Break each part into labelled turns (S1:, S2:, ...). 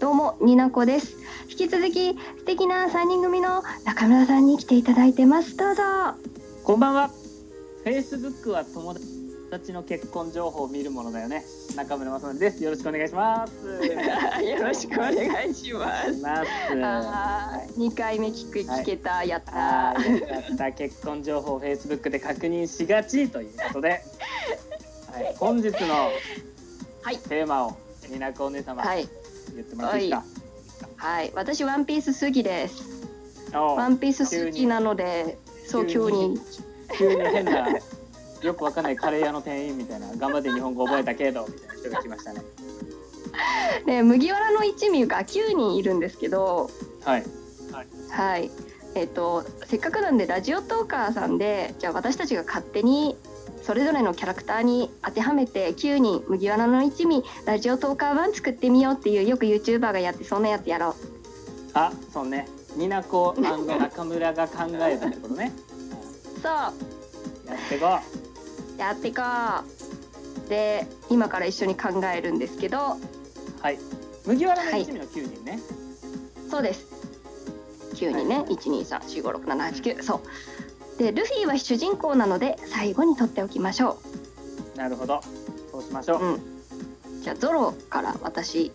S1: どうもになこです引き続き素敵な3人組の中村さんに来ていただいてますどうぞ
S2: こんばんは。Facebook は友達の結婚情報を見るものだよね。中村雅則です。よろしくお願いします。
S3: よろしくお願い します。
S2: ます。
S3: あー二回目聞く聞けた、やった
S2: あ
S3: ー。
S2: ーよかった結婚情報を Facebook で確認しがちということで、はい、本日の
S3: はい
S2: テーマをみなこお姉様、
S3: はい
S2: 言ってもらっていいです
S3: はい、私ワンピース好きです。
S2: かおう
S3: ワンピース好きなので、そう
S2: 急
S3: 今日
S2: に
S3: に
S2: 急に変なよくわかんないカレー屋の店員みたいな頑張って日本語覚えたけどみたいな人が来ましたね
S3: ね麦わらの一味が九人いるんですけど、
S2: はい
S3: はい。えっとせっかくなんでラジオトーカーさんで、じゃあ私たちが勝手にそれぞれのキャラクターに当てはめて九人麦わらの一味ラジオトーカー版作ってみようっていうよく YouTuber がやってそんなやつやろう。
S2: あそうねみなこ中村が考えたってことね
S3: そう。
S2: やってこ
S3: やってかで今から一緒に考えるんですけど
S2: うはい麦わらの一味の9人ね、
S3: そうです9人ね12345678そうでルフィは主人公なので最後に取っておきましょ
S2: なるほどそうしましょう、
S3: う、うん、じゃあゾロから私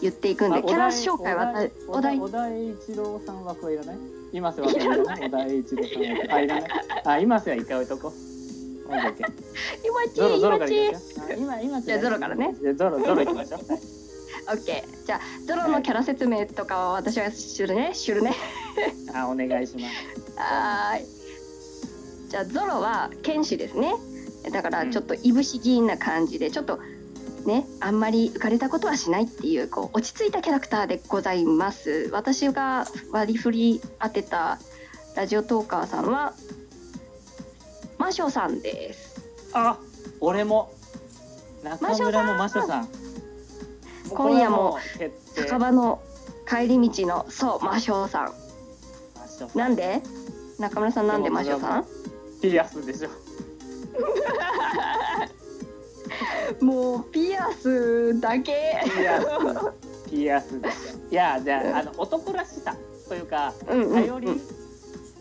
S3: 言っていくん
S2: あ
S3: で
S2: お
S3: キ
S2: 題
S3: ャラ紹介はた
S2: お
S3: お題
S2: 題お題一郎さん枠はいらない今瀬はいらないお題一郎さん枠あいらないあ今瀬は一回置いとこうオッケーオッケー
S3: 今ち
S2: ゾロゾロ
S3: 今
S2: から
S3: ち
S2: いきますよあ今今瀬
S3: じゃあゾロからね
S2: じゃあゾロゾロいきましょうはい
S3: オッケーじゃあゾロのキャラ説明とかは私は知るね知るね
S2: あお願いします
S3: はーい。じゃあゾロは剣士ですね。だからちょっといぶし銀な感じでちょっとねあんまり浮かれたことはしないっていうこう落ち着いたキャラクターでございます。私が割り振り当てたラジオトーカーさんはマショさんです。
S2: あ俺も中村の魔女さんうこれはう決定
S3: 酒場の帰り道のそうマショさん。
S2: 魔女さん
S3: なんで中村さんなんでマショさん？
S2: ピアスでしょ
S3: もうピアスだけ。
S2: ピアスピアスですよいやじゃああの男らしさというか
S3: うんうん
S2: 頼り、
S3: うん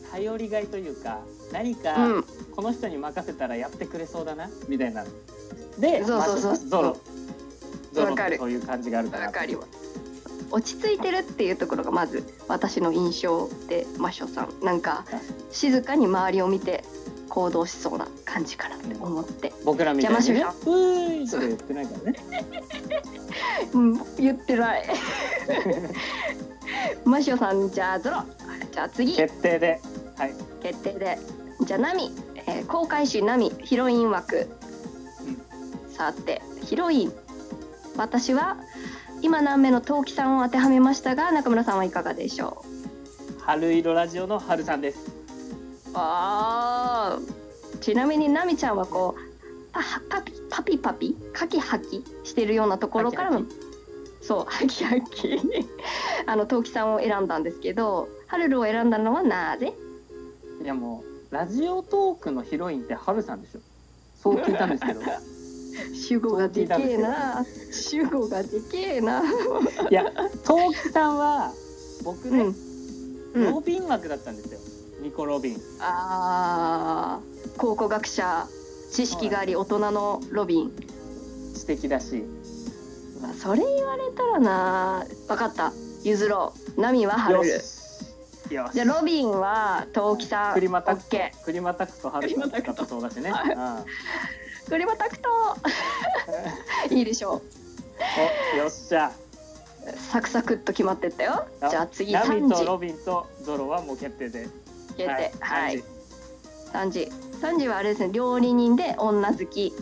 S2: 頼りがいというか何
S3: う
S2: か
S3: ん
S2: この人に任せたらやってくれそうだなみたいなで
S3: そうそうそう
S2: まずゾロゾロ
S3: わか
S2: って
S3: る
S2: そういう感じがあるか
S3: わ
S2: ら
S3: かります落ち着いてるっていうところがまず私の印象でマショさんなんか静かに周りを見て行動しそうな感じかなって思って、
S2: 僕らみたいにね
S3: 邪魔
S2: うーいとか言ってないからね
S3: うん、言って ないマショさんじゃあゾロじゃあ次
S2: 決定ではい
S3: 決定でじゃあナミ、えー、航海士ナミヒロイン枠、さてヒロイン私は今何目のトウキさんを当てはめましたが中村さんはいかがでしょう
S2: 春色ラジオの春さんです
S3: あーちなみにナミちゃんはこうパパピパピパピカキハキしてるようなところから
S2: ハ
S3: もそうハキハキ あのトウキさんを選んだんですけどハルルを選んだのはなぜ
S2: いやもうラジオトークのヒロインって春さんでしょそう聞いたんですけど
S3: 主語がでけえな主語がでけえな
S2: いや、トウキさんは僕
S3: う
S2: ね
S3: ん、う
S2: ロ
S3: ん
S2: ビン枠だったんですよ。ニコロビン。
S3: あー考古学者知識があり大人のロビン
S2: 知的だし。
S3: まあそれ言われたらな分かった譲ろうナミはハル
S2: よ
S3: ル
S2: し。よし。
S3: じゃあロビンはトウキさん、
S2: クリマタ
S3: オ
S2: ク
S3: ッ
S2: ト
S3: ケ。
S2: クリマタクトハルさんだったそうだしね。うん
S3: ー。クリマタ クトいいでしょ
S2: お、よっしゃ。
S3: う。サクサクっと決まってったよ。
S2: あ
S3: じゃあ次
S2: ナミ
S3: 三
S2: と
S3: 時
S2: ロビンとゾロはもう決定で。
S3: 決定。はい三
S2: 三。
S3: 時。三時はあれですね。料理人で女好き、
S2: 時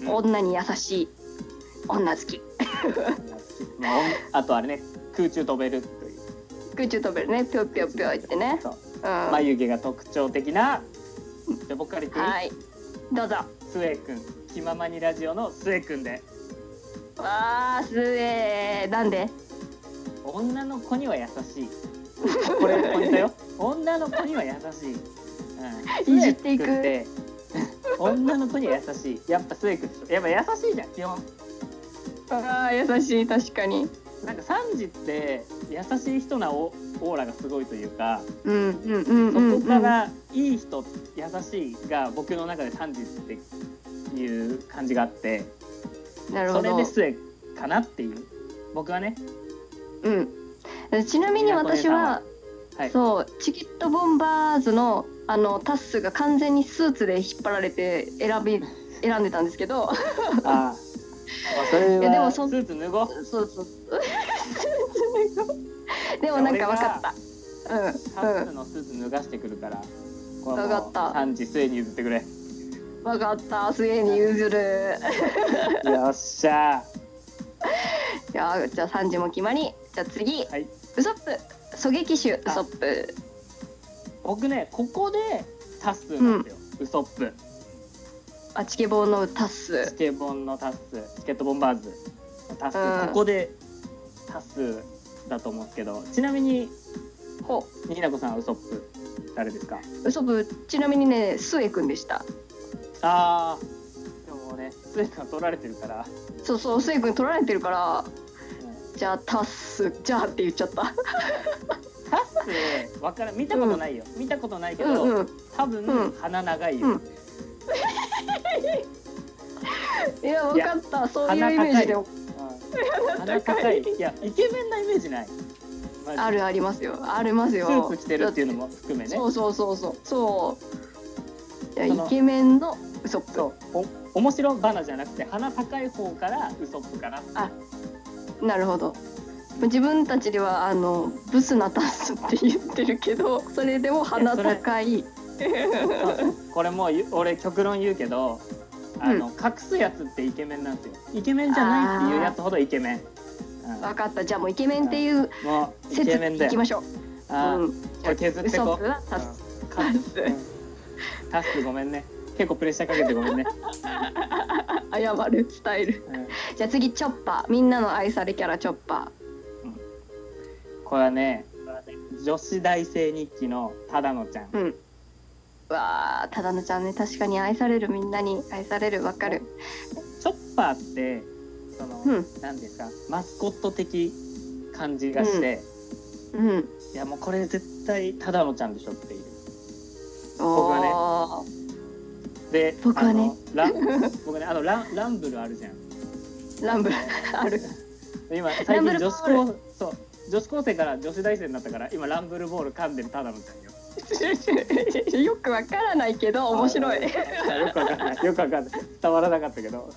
S2: うん
S3: 女に優しい、女好き。
S2: まあおあとあれね、空中飛べるという。
S3: 空中飛べるね。ぴょぴょぴょいってね。
S2: そう。
S3: うん。
S2: 眉毛が特徴的な。じゃあ僕からいく。
S3: はい。どうぞ。
S2: スエ君、気ままにラジオのスエ君で。
S3: わあすえー。なんで？
S2: 女の子には優し い。これポイントよ。女の子には優しい。うん、
S3: いじっていく
S2: スエ君て女の子には優しい。やっぱスエ君でしょ。やっぱ優しいじゃん、基本。
S3: ああ優しい確かに。
S2: なんかサンジって優しい人なオオーラがすごいというか、
S3: うんうんうんうん
S2: そこからいい人優しいが僕の中でサンジっていう感じがあって
S3: なる
S2: そ
S3: ほ
S2: れ
S3: ど
S2: で末かなっていう僕はね
S3: うん、ちなみに私は、
S2: はい
S3: そうチケットボンバーズのあのタッスが完全にスーツで引っ張られて選び選んでたんですけど
S2: ああそれ
S3: いやで
S2: は
S3: も
S2: ス
S3: そん
S2: ーツ脱ごう
S3: そうそう でもなんか分かった
S2: タ
S3: うんう
S2: ッ
S3: ん
S2: プのスーツ脱がしてくるからこれはもう
S3: わかった
S2: サンジ末に譲って くれ
S3: 分かったすげえに譲る
S2: よっしゃ
S3: いやーじゃあ3時も決まりじゃあ次、
S2: はい
S3: ウソップ狙撃手ウソップ
S2: 僕ねここでタッスーなんですよ、ウソップ
S3: あチケボーのタッ
S2: ス
S3: ス
S2: ケボンのタッスチケットボンバーズタッスー、
S3: うん
S2: ここでタッスーだと思うんですけどちなみに
S3: ほ
S2: ニなこさんはウソップ誰ですか
S3: うウソップちなみにねスエ君でした
S2: あーでももうねスーツが取られてるから、
S3: そうそうスエ君取られてるから
S2: うん
S3: じゃあタッスじゃあって言っちゃった
S2: タッスーわからん見たことないよ、見たことないけ
S3: う
S2: ど、
S3: んうん
S2: 多分、
S3: うん
S2: 鼻長いよ、
S3: うんいや分かったそういう
S2: 鼻
S3: イメージでも
S2: うん鼻高いいやイケメンなイメージないマジで
S3: あるありますよあります
S2: ス
S3: よ
S2: ーツ着てるっていうのも含めね
S3: そうそうそうそうそうい
S2: そ
S3: や
S2: の
S3: イケメンのウソップ
S2: そうお面白バナじゃなくて鼻高い方からウソップかな
S3: なるほど自分たちではあのブスなタスって言ってるけどそれでも鼻高い
S2: これもうゆ俺極論言うけどあの、隠すやつってイケメンなんですよイケメンじゃないっていうやつほどイケメン、
S3: 分かったじゃあもうイケメンっていう
S2: うん、もうイ
S3: 説
S2: ケメンだ
S3: いき
S2: よ
S3: ましょう
S2: あー、
S3: うん
S2: これ削って
S3: ウソッ
S2: こ
S3: プはタ
S2: う
S3: ス
S2: ん
S3: タス
S2: うんタスごめんね結構プレッシャーかけてご めんね、
S3: 謝るスタイル
S2: うん
S3: じゃあ次チョッパーみんなの愛されキャラチョッパ
S2: これはね女子大生日記のただのちゃん
S3: ーうんうわあただのちゃんね確かに愛されるみんなに愛されるわかる
S2: チョッパーってその、
S3: うん
S2: なんですかマスコット的感じがして、
S3: うん
S2: いやもうこれ絶対ただのちゃんでしょっていう
S3: お
S2: はね
S3: ー
S2: で
S3: 僕はね
S2: あのラン 僕ねあのランランブルあるじゃん
S3: ランブルあ る
S2: 今最
S3: ランブ
S2: 近
S3: ルボ
S2: 女子
S3: ール
S2: 高そう女子高生から女子大生になったから今ランブルボール噛んでるただのちゃんよ
S3: よくわからないけど面白い
S2: あよくわかんないよくわかんない伝わらなかったけど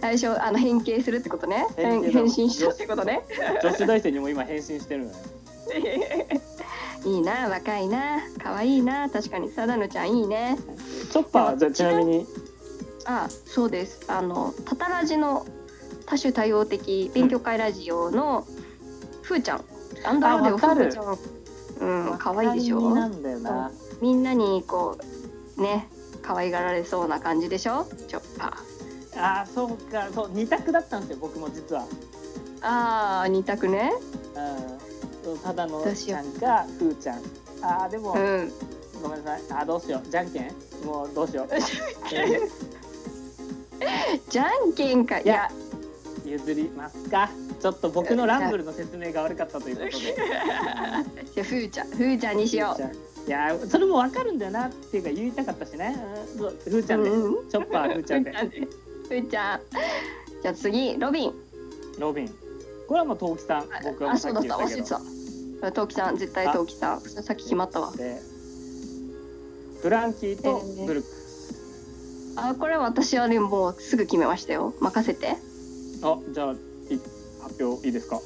S3: 最初あの変形するってことね変
S2: 変形だ
S3: 変身したってことね
S2: 女子大生にも今変身してるのよ
S3: いいな若いな可愛いな確かにサダヌちゃんいいね
S2: チョッパーはじゃあちなみに
S3: あそうですあのタタラジの多種多様的勉強会ラジオのふーちゃんアンドロイド
S2: わ
S3: のふ
S2: かる
S3: ーちゃんうん可愛いでし
S2: 二人組な
S3: ょ
S2: んだよな
S3: みんなにこうね可愛がられそうな感じでしょちょっぱ
S2: あーそうかそう二択だったんですよ僕も実は
S3: あー二択ね
S2: うんただの
S3: どうし
S2: ち
S3: よ
S2: ゃ
S3: うん
S2: かふーちゃんあーでも、
S3: うん
S2: ごめんなさいあーどうしようじゃんけんもうど うしよう
S3: じゃんけんかい
S2: いや
S3: や
S2: 譲りますかちょっと僕のランブルの説明が悪かったとい うことで
S3: じゃあふーちゃんふーちゃんにしよ
S2: ふーちゃんいやーそれもわかるんだよなっていうか言いたかったしね、うんそうふー
S3: う
S2: ちゃんで、
S3: うん
S2: チョッパーふーちゃんで
S3: ふーちゃん。じゃあ次、ロビン。
S2: ロビンこれはもうトウキさん僕はも
S3: あ、
S2: さ
S3: そ
S2: っ
S3: うだっ
S2: き言
S3: た、
S2: った
S3: 忘
S2: け
S3: れて
S2: ど
S3: た。トウキさん、絶対トウキさん。さっき決まったわ。
S2: でフランキーとブルック、
S3: あ、これ私はね、もうすぐ決めましたよ。任せて。
S2: あじゃあい発表いいですか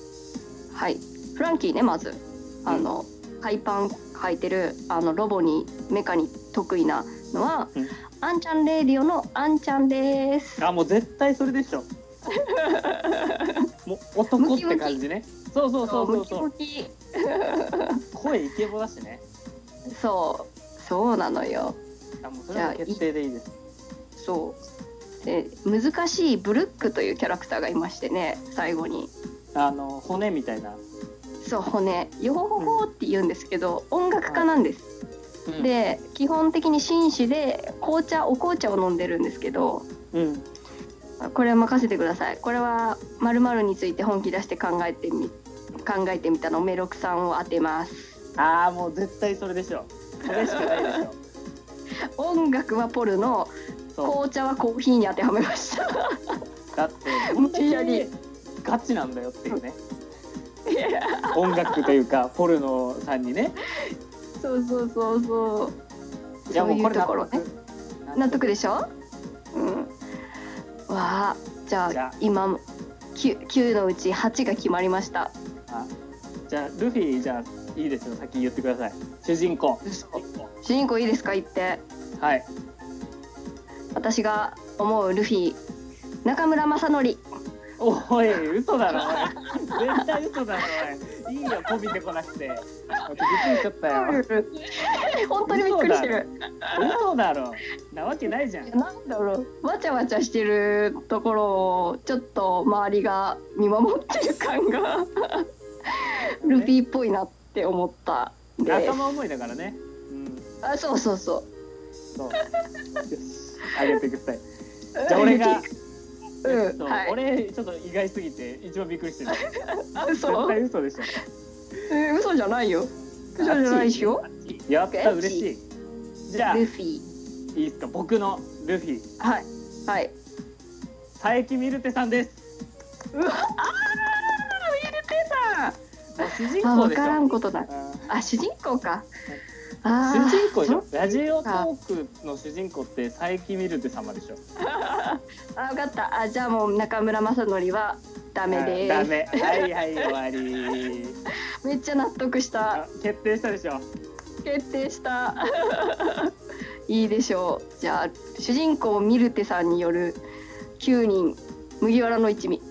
S3: はい。フランキーね、まず。あの、ハイパン履いてる、あの、ロボに、メカに得意なのは
S2: うん、
S3: アンちゃんレディオのアンちゃんです。
S2: あもう絶対それで しょもう男って感じねそうそうそうそう
S3: ムキ
S2: そう
S3: ムキ。
S2: 声イケボだしね
S3: そう。そうなのよ。
S2: あもうそれは決定でいいです
S3: そう。で難しいブルックというキャラクターがいましてね最後に
S2: あの骨みたいな、
S3: そう骨ヨホホホって言うんですけど、音楽家なんです、
S2: うん、
S3: で基本的に紳士で紅茶お紅茶を飲んでるんですけど
S2: うん
S3: これは任せてくださいこれはまるについて本気出して考えてみ考えてみたのメロクさんを当てます
S2: ああもう絶対それでしょそれしかないでしょ
S3: 音楽はポルノ
S2: そ
S3: 紅茶はコーヒーに当てはめました
S2: うだって
S3: 無理やり
S2: ガチなんだよっていうね音楽というかポルノさんにね
S3: そうそうそうそう
S2: じゃあもうこ
S3: そう
S2: れ
S3: いうところね納得でしょうんわあじゃ
S2: じゃ
S3: あ
S2: あ
S3: 今 9, 9のうち8が決まりました
S2: じゃあルフィじゃあいいですよ先言ってください主人公
S3: 主人公いいですか言って
S2: はい
S3: 私が思うルフィ中村雅則
S2: おい嘘だろおい絶対嘘だろおいいいよこびてこなくてだってびっくりしちゃったよ
S3: 本当にびっくりしてる
S2: 嘘だろなわけないじゃん
S3: なんだろうわちゃわちゃしてるところをちょっと周りが見守ってる感がルフィっぽいなって思ったんです
S2: 仲間思いだからねうん
S3: あそうそうそ
S2: そうよしあげてくださいうじゃあ俺が、
S3: うん
S2: そう
S3: はい
S2: 俺ちょっと意外すぎて一番びっくりしてる
S3: あ
S2: 絶
S3: 嘘、
S2: 対嘘でしょ
S3: えー嘘じゃないよ嘘じゃないしよ
S2: やった嬉しいじゃあ
S3: ル
S2: い
S3: フィ
S2: いっすか僕のルフィ
S3: はいはい
S2: 佐伯ミルテさんです
S3: うわあーミルテさん
S2: もう主人
S3: あ
S2: 公
S3: わ
S2: でし
S3: から
S2: ょ
S3: んことだ
S2: うん
S3: あ主人公か
S2: 主
S3: あー
S2: 人公
S3: そ
S2: よラジオトークの主人公って佐伯ミルテ様でしょ
S3: あ分かったあじゃあもう中村雅則はダメで
S2: うん
S3: す
S2: ダメはいはい終わ り
S3: めっちゃ納得した
S2: あ決定したでしょ
S3: 決定した いいでしょうじゃあ主人公ミルテさんによる9人麦わらの一味